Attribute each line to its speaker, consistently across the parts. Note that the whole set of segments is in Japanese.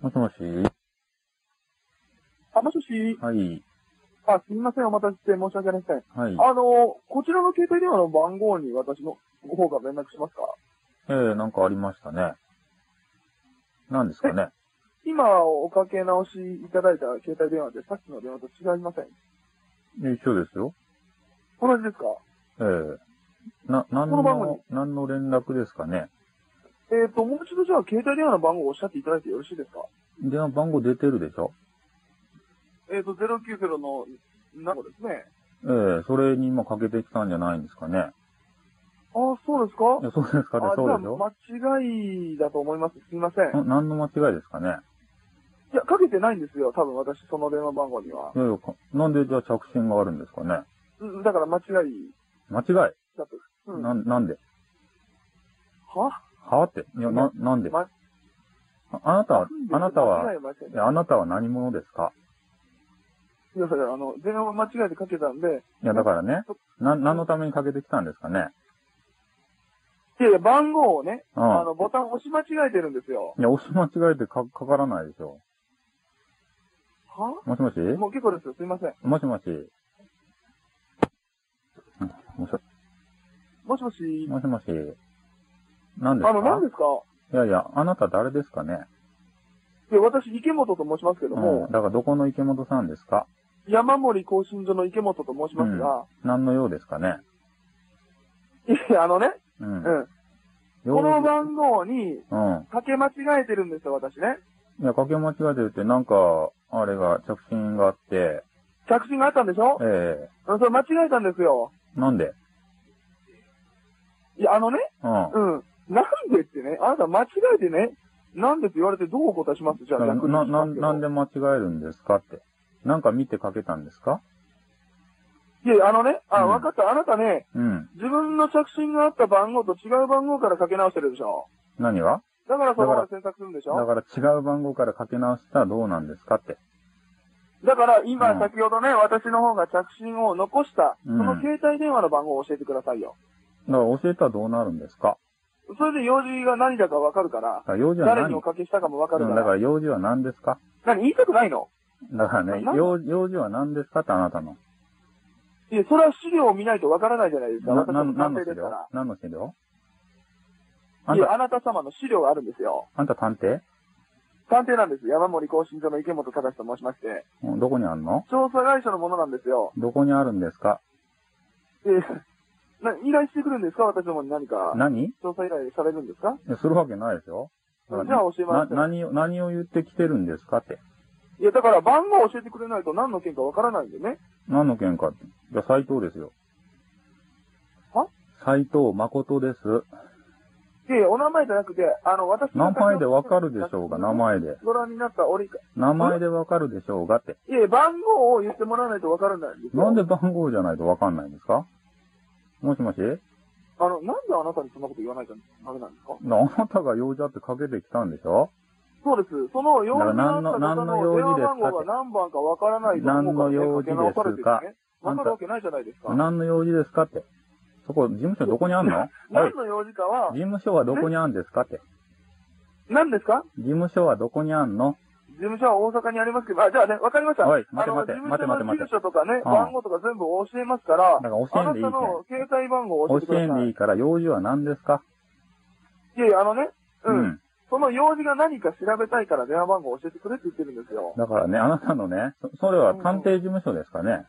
Speaker 1: もしもし
Speaker 2: あ、もしもし、
Speaker 1: はい。
Speaker 2: あ、すみません、お待たせして申し訳ありません。
Speaker 1: はい。
Speaker 2: あの、こちらの携帯電話の番号に私の方が連絡しますか
Speaker 1: えー、なんかありましたね。何ですかね。
Speaker 2: 今おかけ直しいただいた携帯電話でさっきの電話と違いません。
Speaker 1: 一緒ですよ。
Speaker 2: 同じですか
Speaker 1: えー、な、何
Speaker 2: この番号
Speaker 1: の、何の連絡ですかね。
Speaker 2: えっ、と、もう一度じゃあ携帯電話の番号をおっしゃっていただいてよろしいですか
Speaker 1: 電話番号出てるでしょ
Speaker 2: えっ、と、090の、なんかですね。
Speaker 1: えー、それに今かけてきたんじゃないんですかね。
Speaker 2: あ、そうですか
Speaker 1: いやそうですかね、
Speaker 2: あ、じ
Speaker 1: そう
Speaker 2: ゃあ
Speaker 1: でしょ
Speaker 2: 間違いだと思います。すみません。
Speaker 1: ん何の間違いですかね。
Speaker 2: いや、かけてないんですよ。多分私、その電話番号には。
Speaker 1: いやいや、かなんでじゃあ着信があるんですかね。
Speaker 2: うん、だから間違い
Speaker 1: 間違い
Speaker 2: だと。うん。
Speaker 1: な
Speaker 2: は
Speaker 1: ん、なんではって。いや、な、なんで、
Speaker 2: ま
Speaker 1: ああなたは、あなたは
Speaker 2: 間、違い間違い
Speaker 1: いやあなたは何者ですか
Speaker 2: いや、だからあの、電話間違えてかけたんで、
Speaker 1: いや、だからね、な、何のためにかけてきたんですかね。
Speaker 2: いやいや、番号をね、
Speaker 1: うん。
Speaker 2: あの、ボタン押し間違えてるんですよ。
Speaker 1: いや、押し間違えてか、かからないでしょ。
Speaker 2: は
Speaker 1: もしもし
Speaker 2: もう結構ですよ。すいません。
Speaker 1: もしもしうんもし
Speaker 2: もしもし。
Speaker 1: もしもし何です
Speaker 2: あの、
Speaker 1: か
Speaker 2: 何ですか
Speaker 1: いやいや、あなた誰ですかね
Speaker 2: いや、私、池本と申しますけど
Speaker 1: うん。
Speaker 2: も、
Speaker 1: だからどこの池本さんですか
Speaker 2: 山森更新所の池本と申しますが、
Speaker 1: 何の用ですかね
Speaker 2: いや、あのね、
Speaker 1: う。
Speaker 2: うんん。
Speaker 1: 用
Speaker 2: この番号に、
Speaker 1: うん。
Speaker 2: かけ間違えてるんですよ、私ね。
Speaker 1: いや、かけ間違えてるって、なんか、あれが、着信があって、
Speaker 2: 着信があったんでしょ
Speaker 1: ええ
Speaker 2: うんそれ間違えたんですよ。
Speaker 1: なんで
Speaker 2: いや、あのね、
Speaker 1: うん。
Speaker 2: うん。なんでってね、あなた間違えてね、なんでって言われてどうお答えしますじゃあ、
Speaker 1: な
Speaker 2: 逆に
Speaker 1: な、
Speaker 2: 聞き
Speaker 1: な
Speaker 2: ま
Speaker 1: ん
Speaker 2: すけど
Speaker 1: なんで間違えるんですかって。なんか見てかけたんですか
Speaker 2: いや、あのね、あ、
Speaker 1: うん
Speaker 2: わかった。あなたね、
Speaker 1: うん。
Speaker 2: 自分の着信があった番号と違う番号からかけ直してるでしょ。
Speaker 1: 何が
Speaker 2: だからそこ
Speaker 1: だか
Speaker 2: からら選択するんでし
Speaker 1: だ
Speaker 2: ょ
Speaker 1: から違う番号からかけ直したらどうなんですかって。
Speaker 2: だから
Speaker 1: う
Speaker 2: 今
Speaker 1: ん
Speaker 2: 先ほどね、私の方が着信を残した、そ
Speaker 1: うん
Speaker 2: の携帯電話の番号を教えてくださいよ。
Speaker 1: だから教えたらどうなるんですか
Speaker 2: それで用事が何だかわかるから
Speaker 1: だ、から用事は
Speaker 2: 誰
Speaker 1: 何
Speaker 2: におかけしたかもわかる
Speaker 1: う
Speaker 2: か
Speaker 1: んだから
Speaker 2: ら。
Speaker 1: 用事は何ですか
Speaker 2: 何言いたくないの
Speaker 1: だからね、
Speaker 2: な
Speaker 1: 用用事は何ですかってあなたの。
Speaker 2: いや、それは資料を見ないとわからないじゃないですか。
Speaker 1: な
Speaker 2: 私
Speaker 1: な
Speaker 2: の
Speaker 1: 何
Speaker 2: 探
Speaker 1: の
Speaker 2: 偵
Speaker 1: 資
Speaker 2: です
Speaker 1: 料
Speaker 2: か
Speaker 1: 何の資料あ
Speaker 2: ら。い
Speaker 1: ん
Speaker 2: や、
Speaker 1: た、
Speaker 2: あなた様の資料があるんですよ。
Speaker 1: あんた探偵
Speaker 2: 探偵なんです。山森更新所の池本隆と申しまして、
Speaker 1: うんどこにあんの
Speaker 2: 調査会社のものなんですよ。
Speaker 1: どこにあるんですか
Speaker 2: えな、依頼してくるんですか私どもに何か。
Speaker 1: 何い
Speaker 2: 調査依頼されるんですか
Speaker 1: やするわけないでしょ
Speaker 2: じ
Speaker 1: だ
Speaker 2: ゃ
Speaker 1: か
Speaker 2: あ
Speaker 1: ら
Speaker 2: 教えます
Speaker 1: な何を、何を言ってきてるんですかって。
Speaker 2: いや、だから番号を教えてくれないと何の件かわからないんでね。
Speaker 1: 何の件かって。いや、斎藤ですよ。
Speaker 2: は
Speaker 1: 斎藤誠です。
Speaker 2: いやいや、お名前じゃなくて、あの、私
Speaker 1: 名前でわかるでしょうが、名。前で。
Speaker 2: ご覧になった折りか、
Speaker 1: 名前でわかるでしょうがって。
Speaker 2: いやいや、番号を言ってもらわないとわからないんですよ。
Speaker 1: なんで番号じゃないとわかんないんですかもしもし
Speaker 2: あの、なんであなたにそんなこと言わないとダメなんですか
Speaker 1: なあなたが用事あってかけてきたんでしょ
Speaker 2: そうです。その用事があった
Speaker 1: だから何の
Speaker 2: 方の
Speaker 1: 何の用事
Speaker 2: 電話
Speaker 1: ですか
Speaker 2: 番号が何番かわからないと思うから、
Speaker 1: 何の用事
Speaker 2: かけ直されて
Speaker 1: です
Speaker 2: る
Speaker 1: か
Speaker 2: ね。わかるわけないじゃないですか。
Speaker 1: 何の用事ですかって。そこ、事務所どこにあんのおい
Speaker 2: 何の用事かは
Speaker 1: 事、務所はどこにあんですかって。
Speaker 2: 何ですか
Speaker 1: 事務所はどこにあんの
Speaker 2: 事務所は大阪にありますけど、あ、じゃあね、わかりました。
Speaker 1: おい
Speaker 2: あの
Speaker 1: 待て待て
Speaker 2: 事務所の
Speaker 1: 待て待て
Speaker 2: 住所とかね、
Speaker 1: うん
Speaker 2: 番号とか全部教えますから、
Speaker 1: だから教
Speaker 2: あ
Speaker 1: えん
Speaker 2: な
Speaker 1: でいい
Speaker 2: た
Speaker 1: って。
Speaker 2: の携帯番号を教えてく
Speaker 1: 教え
Speaker 2: だ
Speaker 1: ん
Speaker 2: さ
Speaker 1: でい
Speaker 2: い。
Speaker 1: いから、用事は何ですか
Speaker 2: いやいや、あのね、うん、その用事が何か調べたいから電話番号を教えてくれって言ってるんですよ。
Speaker 1: だからね、あなたのね、そそれは探偵事務所ですかね。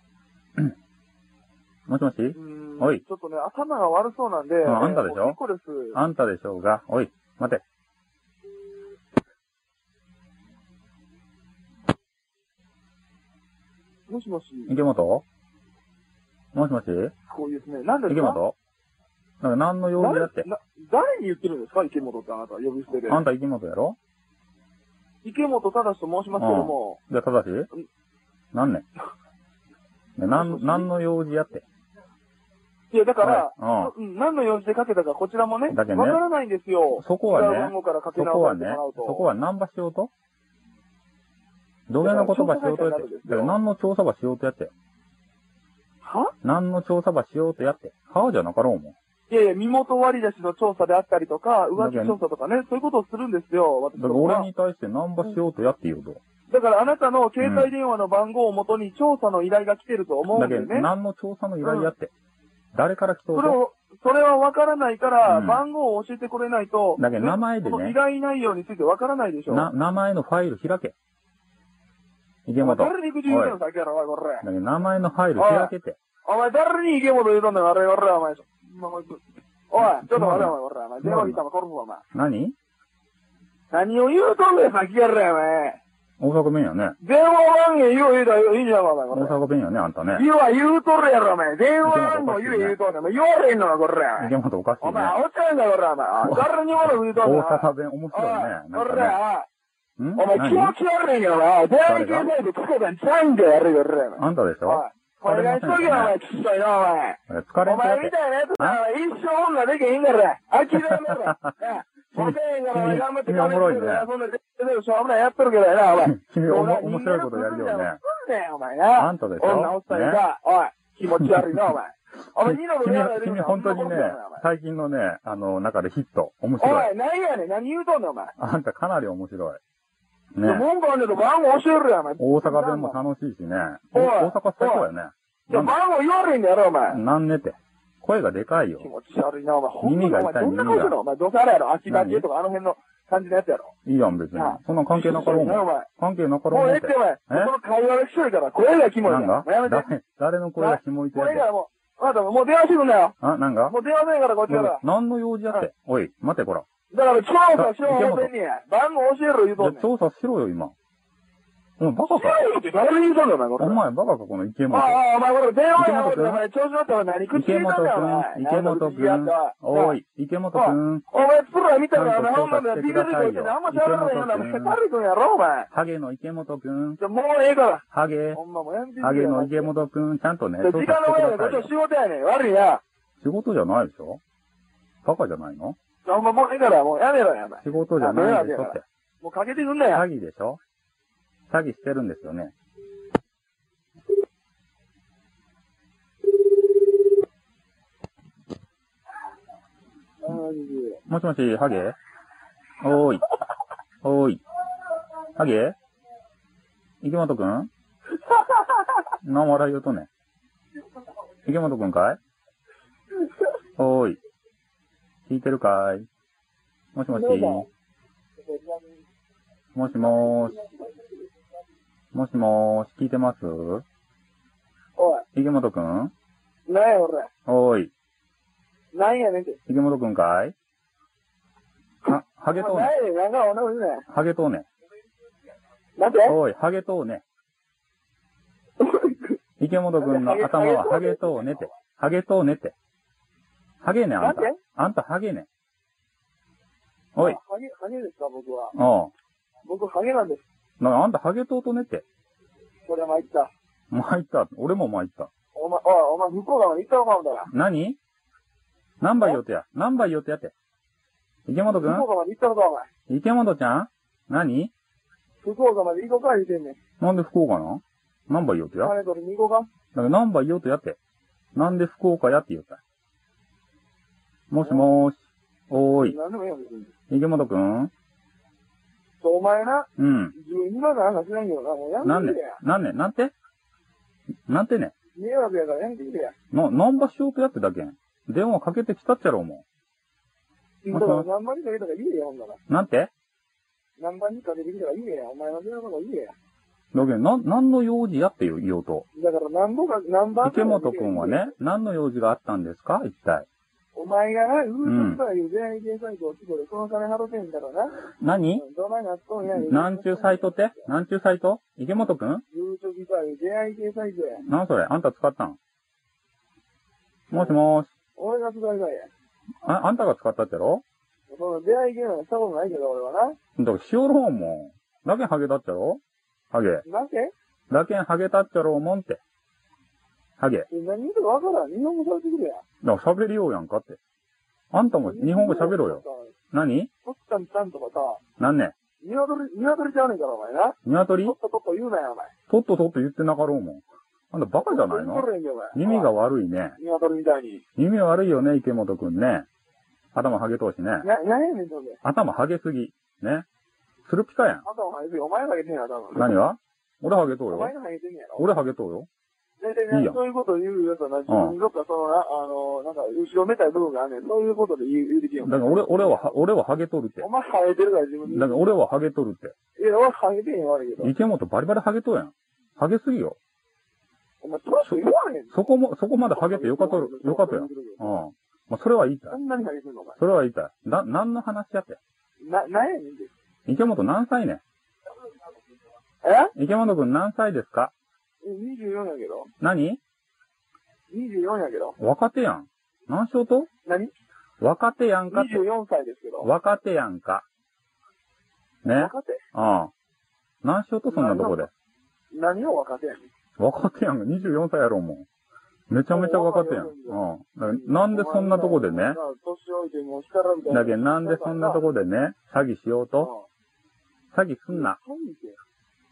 Speaker 1: もしもし
Speaker 2: うーん。
Speaker 1: おい
Speaker 2: ちょっとね、頭が悪そうなんで、
Speaker 1: んあんたでしょ
Speaker 2: 結構です。
Speaker 1: あんたでしょうが。おい、待て。
Speaker 2: もしもし、
Speaker 1: 池本もしもし
Speaker 2: こういうですね、なんです
Speaker 1: 池
Speaker 2: か
Speaker 1: 本だから何の用事だって
Speaker 2: 誰。な誰に言ってるんですか池本ってあなた、呼び捨てで。
Speaker 1: あんた池本やろ
Speaker 2: 池本忠と申しますけども、
Speaker 1: じゃあ、ただし
Speaker 2: ん
Speaker 1: 何年
Speaker 2: もしも
Speaker 1: 何、
Speaker 2: し
Speaker 1: 何の用事やって。
Speaker 2: いや、だから、
Speaker 1: は
Speaker 2: うん何の用事でかけたかこちらもね、わ、
Speaker 1: だけ
Speaker 2: か
Speaker 1: どね
Speaker 2: らないんですよ。
Speaker 1: そこはね
Speaker 2: 違う番号からかけ
Speaker 1: そこは
Speaker 2: 直し
Speaker 1: ね
Speaker 2: てもらう、と。
Speaker 1: そこは何ばしようとどげなことばしようとやって
Speaker 2: 調査会社になるんです。よ
Speaker 1: だから何の調査ばしようとやって。
Speaker 2: は
Speaker 1: 何の調査ばしようとやって。はじゃなかろうもん。
Speaker 2: いやいや、身元割り出しの調査であったりとか、浮気調査とかね、そういうことをするんですよ、私
Speaker 1: だから
Speaker 2: とか
Speaker 1: 俺
Speaker 2: は。
Speaker 1: に対してナンバしようとやって言うと。
Speaker 2: だからあなたの携帯電話の番号をもとに調査の依頼が来てると思う
Speaker 1: だ
Speaker 2: ん
Speaker 1: け
Speaker 2: で
Speaker 1: ど、
Speaker 2: ね。
Speaker 1: 何の調査の依頼やって。誰から来と
Speaker 2: そうれ
Speaker 1: と
Speaker 2: を、それは分からないから、
Speaker 1: うん
Speaker 2: 番号を教えてくれないと、
Speaker 1: だけど名前でね
Speaker 2: その依頼内容について分からないでしょ。
Speaker 1: な、名前のファイル開け。池
Speaker 2: お前
Speaker 1: 本。おい。
Speaker 2: 誰に口言うたのさっきやろ、おい、これ。
Speaker 1: だけど名前のファイル開けて。
Speaker 2: お前誰に池本言うたんだよ、おい、おい、お前。おい、ちょっと待て、お前、お前、お前、電話切ったら殺すぞ、お前。
Speaker 1: 何
Speaker 2: 何を言うとんねん、さっきやろ、お前。
Speaker 1: 大阪弁やね。
Speaker 2: 電話番号言う言うたらいいじゃん、お前、こ
Speaker 1: 大
Speaker 2: れ。
Speaker 1: 阪弁やね、あんたね。
Speaker 2: 言は言うとるやろ、お前。電話番号言う言うとんねん。お前言われんのな、これ。
Speaker 1: 池本おかしい
Speaker 2: お
Speaker 1: ね
Speaker 2: 前、。おっちゃんだ、これ、お前。誰にもの言うとんねん。おい
Speaker 1: 大阪弁面白いね。な
Speaker 2: おい
Speaker 1: んか
Speaker 2: これ、お
Speaker 1: ね。
Speaker 2: い。
Speaker 1: ん
Speaker 2: お前気持
Speaker 1: 何
Speaker 2: ち悪いよ、お前。電話携帯で聞けたんちゃうんだよ、やるよ、やるよ。
Speaker 1: あんたでし
Speaker 2: おい
Speaker 1: ょ。
Speaker 2: お願いしとけよ、お前、きっとよ、お
Speaker 1: え
Speaker 2: 前。
Speaker 1: 疲
Speaker 2: お
Speaker 1: れんとや
Speaker 2: 前
Speaker 1: っ
Speaker 2: み
Speaker 1: て。
Speaker 2: たいなやつだから一生女できへんから、諦めろ。
Speaker 1: 君
Speaker 2: 若いから、お前頑張って
Speaker 1: 君おもろいね
Speaker 2: そんな、しょうもないやっとるけどやな、お前。
Speaker 1: 君、おも面白いことやるよね。
Speaker 2: そうだよ、お前
Speaker 1: あ
Speaker 2: な。
Speaker 1: んたでし
Speaker 2: 女おっ
Speaker 1: ょ
Speaker 2: さん
Speaker 1: ね。
Speaker 2: が、おい、気持ち悪いな、お前。お前、二の
Speaker 1: 君、君本当にね、最近のね、あの、中でヒット。面
Speaker 2: お
Speaker 1: 白い。
Speaker 2: 前、何やねん、何言うとんねん、お前。
Speaker 1: あんたかなり面白い。ね。
Speaker 2: 文句あんねんと番号教えるや、お前。
Speaker 1: 大阪弁も楽しいしね。お
Speaker 2: おい
Speaker 1: 大阪最高やね。
Speaker 2: じゃあ番号言われんねやろ、お前。
Speaker 1: なんねて。声がでかいよ
Speaker 2: 気。持ち悪いな、お前。ほんま
Speaker 1: 耳
Speaker 2: に
Speaker 1: が
Speaker 2: お
Speaker 1: 痛い
Speaker 2: 前、どんな顔してんのお前、どうせあれやろ。秋葉系とかあの辺の感じのやつやろ。
Speaker 1: いいやん、別に
Speaker 2: ああ。
Speaker 1: そんなん関係なかろう
Speaker 2: な、お
Speaker 1: もん。
Speaker 2: 前。
Speaker 1: 関係なかろう
Speaker 2: も
Speaker 1: も
Speaker 2: うんええ
Speaker 1: っ
Speaker 2: ってて、。お前。
Speaker 1: え
Speaker 2: この会話がひどいから、声がキモい
Speaker 1: な
Speaker 2: か
Speaker 1: ん
Speaker 2: ら。
Speaker 1: だ
Speaker 2: もうやめて。
Speaker 1: 誰誰の声がひもいて
Speaker 2: こ
Speaker 1: や
Speaker 2: れ
Speaker 1: て。
Speaker 2: がもう、あなたもう電話してくんなよ。
Speaker 1: あ、なんが
Speaker 2: もう電話せんから、こっちから。
Speaker 1: 何の用事やって。おい、待て、こら。
Speaker 2: だから、調査しよう思てんねや。番号教えろ言
Speaker 1: じゃ
Speaker 2: うと
Speaker 1: あ
Speaker 2: んねん。
Speaker 1: 調査しろよ、今。お前、バカ
Speaker 2: 教
Speaker 1: か。
Speaker 2: えろって誰に言うとんねん、お前、こ
Speaker 1: お
Speaker 2: れ。
Speaker 1: 前、バカか、この池
Speaker 2: あ
Speaker 1: 本。
Speaker 2: あ、ああお前、これ、電話やろ
Speaker 1: 池本君
Speaker 2: お前、調子乗って、お前、何口
Speaker 1: 池
Speaker 2: 言う
Speaker 1: 本
Speaker 2: とんねん、
Speaker 1: く
Speaker 2: お
Speaker 1: ん、
Speaker 2: 前。
Speaker 1: 池本くん。おい、池本くん。
Speaker 2: お前、プロ見たら、お前、
Speaker 1: ちゃ
Speaker 2: ほ
Speaker 1: ん
Speaker 2: ん
Speaker 1: と
Speaker 2: ま
Speaker 1: 調査し
Speaker 2: に
Speaker 1: て
Speaker 2: ビビ
Speaker 1: くだ
Speaker 2: る
Speaker 1: さいよ
Speaker 2: でこいて、あんま喋らないよな、お前、タル君やろ、お前。
Speaker 1: ハゲの池本くん。
Speaker 2: じゃあもうええから。
Speaker 1: ハゲ。
Speaker 2: ほんまもうやめてくれよ
Speaker 1: ハゲの池本くん、ちゃんとね、
Speaker 2: 時
Speaker 1: 調査して
Speaker 2: 間の前
Speaker 1: く
Speaker 2: で
Speaker 1: だ
Speaker 2: こ
Speaker 1: さ
Speaker 2: っ
Speaker 1: い
Speaker 2: ち
Speaker 1: よ
Speaker 2: は仕。事やねん。悪いな。
Speaker 1: 仕事じゃないでしょバカじゃないの
Speaker 2: ほんまもうええから、もうやめろや、お前。
Speaker 1: 仕事じゃないでしょって。
Speaker 2: もうかけてくんなよ。
Speaker 1: 詐欺でしょ詐欺してるんですよね。もしもし、ハゲおーい。おーい。ハゲ池本くん何笑い言うとんねん。池本くんかいおーい。聞いてるかいもしもし
Speaker 2: どうぞ
Speaker 1: もしもーし。もしもーし、聞いてます
Speaker 2: おい、
Speaker 1: 池本くん
Speaker 2: なんや、俺。
Speaker 1: おーい。
Speaker 2: なんやねんって。
Speaker 1: 池本くんかいは、ハゲとう
Speaker 2: お前
Speaker 1: ね
Speaker 2: なん。やねん、なんか女うね
Speaker 1: ハゲとうね。
Speaker 2: ん。なんて
Speaker 1: おい、ハゲとう ね。池本くんの頭はハゲとうねって。ハゲとうねって。ハゲね、あんた
Speaker 2: なんで。
Speaker 1: あんたハゲね。おい
Speaker 2: ハ。ゲ、ハゲですか、僕は。
Speaker 1: お
Speaker 2: 僕、ハゲなんです。
Speaker 1: うなあんたハゲとうとねって。
Speaker 2: これ参った。
Speaker 1: 参った。俺も参った。
Speaker 2: お前、おい、お前、向こう側まで行ったのかもだな。
Speaker 1: 何何杯言うてや。何杯言うてやって。池本く
Speaker 2: 向こう側まで行ったのか、お前。
Speaker 1: ん池本ちゃん何
Speaker 2: 福岡まで行こうか、言うてんねん。
Speaker 1: なんで福岡なん何杯言うてや。だ
Speaker 2: 金取りに行こうか。
Speaker 1: から何杯言うてやって。なんで福岡やって言ったもしもーし。おーい。
Speaker 2: なんでもええよ、別に。
Speaker 1: 池本くん
Speaker 2: そうお前な、
Speaker 1: うん。
Speaker 2: 12万なんかしないけどな、もうや
Speaker 1: なん
Speaker 2: め
Speaker 1: で
Speaker 2: てくれや。
Speaker 1: なんでなんてなんてね。
Speaker 2: 迷惑やからやめてくれや。
Speaker 1: な、なんばしようとやってだけん。電話かけてきたっちゃろうも
Speaker 2: だから何番にかけたか言えよ、ほんなら。
Speaker 1: ん。なんて
Speaker 2: 何番にかけてきたか言えや。お前の電話番号言えや。
Speaker 1: だけど、なん、何の用事やって言う言おうと。
Speaker 2: だから何度か、何番か
Speaker 1: 池本くんは。ね、何の用事があったんですか一体。
Speaker 2: お前がな、うるさいいう出会い系サイトを作る。その金払ってんだからな。
Speaker 1: 何
Speaker 2: どないなっとんや。
Speaker 1: なんちゅうサイトってなんちゅうサイト池本くん
Speaker 2: ゆうちょきさいう出会い系サイトや。
Speaker 1: なんそれあんた使ったんもしもーし。
Speaker 2: 俺が使いたいや。
Speaker 1: あ、あんたが使ったっちゃろ
Speaker 2: その出会い系なんかしたことないけど、俺はな。
Speaker 1: だからしよろうもん。だけんハゲたっちゃろハゲ。
Speaker 2: なんて
Speaker 1: だけんハゲたっちゃろうもんって。ハゲ。
Speaker 2: 何言うてるか分からん。日本語されてくれや。
Speaker 1: だから喋りようやんかって。あんたも日本語喋ろうよ。。何
Speaker 2: とったんちゃんとかさ、
Speaker 1: 何ね
Speaker 2: 鶏、鶏ちゃうねんから、お前な。
Speaker 1: 鶏
Speaker 2: とっととっと言うなよ、お前。
Speaker 1: とっととっと言ってなかろうもん。あんたバカじゃないの耳が。悪いね。
Speaker 2: 鶏みたいに。
Speaker 1: 耳悪いよね、池本くんね。頭ハゲ通しね。
Speaker 2: な、なんやねん、それ。
Speaker 1: 頭ハゲすぎ。ね。つるピカやん。
Speaker 2: 頭生えてる。お前が生えてんやろ、多分。
Speaker 1: 何が俺ハゲとう
Speaker 2: お
Speaker 1: よ
Speaker 2: 前。が生えてんやろ。
Speaker 1: 俺ハゲとうよ。
Speaker 2: 大体
Speaker 1: いい
Speaker 2: ね
Speaker 1: や、
Speaker 2: そういうこと言うやつはな、自分にどっかその、なあの、なんか、後ろめたい部分があんねん。そういうことで言う、言うてきよ
Speaker 1: だ。から俺、俺は、俺はハゲとるって。だ
Speaker 2: お前生えてるから自分に。い
Speaker 1: から俺はハゲとるって。
Speaker 2: や、俺生えてへん悪いけど。
Speaker 1: 池本バリバリハゲとうやん。ハゲすぎよ。
Speaker 2: お前、トラップ言わへん。
Speaker 1: そこも、そこまでハゲてよかとる、よかとやん。うん。まあ、それは言いたい
Speaker 2: そ。んなに生えてんの、お前。
Speaker 1: それは言いたい。な、何の話やって。
Speaker 2: な、なんやねんって。
Speaker 1: 池本何歳ね
Speaker 2: え
Speaker 1: ん池本くん何歳ですか
Speaker 2: ?24 やけど。
Speaker 1: 何
Speaker 2: 24やけど。
Speaker 1: 若手やん。何しようと
Speaker 2: 何
Speaker 1: 若手やんかって。
Speaker 2: ?24 歳ですけど。
Speaker 1: 若手やんか。ね
Speaker 2: 若手
Speaker 1: ああ。何しようとそんなとこで。
Speaker 2: 何を若手やねん。
Speaker 1: 若手やんか。24歳やろ、もう。めちゃめちゃ若手やん。うん。だからなんでそんなとこでね。
Speaker 2: 年老いてもう光らんみたいな。
Speaker 1: だけどなんでそんなとこでね、詐欺しようと
Speaker 2: と
Speaker 1: 詐欺すんな。
Speaker 2: そう見て。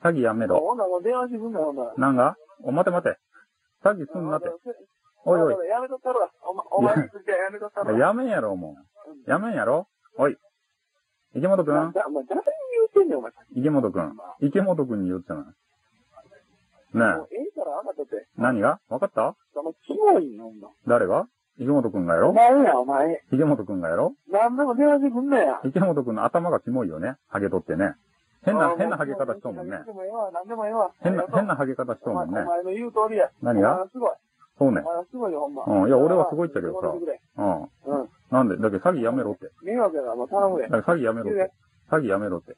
Speaker 1: 詐欺やめろ。
Speaker 2: ほんなら電話してくんなよ、ほんなら。
Speaker 1: なんがお、待て待て。詐欺すんなって。おいおい。
Speaker 2: やめとったろ。お前、お前、やめとったろ。
Speaker 1: やめんやろ、もう。やめんやろおい。池本く
Speaker 2: お前、
Speaker 1: ん
Speaker 2: 誰に言ってんねん、お前。
Speaker 1: 池本くん。池本くんに言ってない。
Speaker 2: も
Speaker 1: ね
Speaker 2: うええから、あなたって。
Speaker 1: え。何がわかった
Speaker 2: お前、キモいの、ほんな
Speaker 1: 誰が池本くんがやろ
Speaker 2: なんや、お前。
Speaker 1: 池本くんがやろ
Speaker 2: なんでも電話してくんなや。
Speaker 1: 池本くんの頭がキモいよね。ハゲ取ってね。変な、変なハゲ方しとうもんね。
Speaker 2: 何でもええわ、何でもええわ。
Speaker 1: 変な、変
Speaker 2: な。
Speaker 1: なハゲ方しと
Speaker 2: お
Speaker 1: うも
Speaker 2: 前
Speaker 1: んね。
Speaker 2: の言う通りや。
Speaker 1: 何が
Speaker 2: すごい。
Speaker 1: そう
Speaker 2: お
Speaker 1: ね。
Speaker 2: 前すごいよ、ほんま。
Speaker 1: うん。いや、俺はすごいっちゃけどさ。うん。
Speaker 2: うん。
Speaker 1: なんでだけど詐欺やめろって。
Speaker 2: 迷惑やから、もう頼むで。
Speaker 1: だけど詐欺やめろって。詐欺やめろって。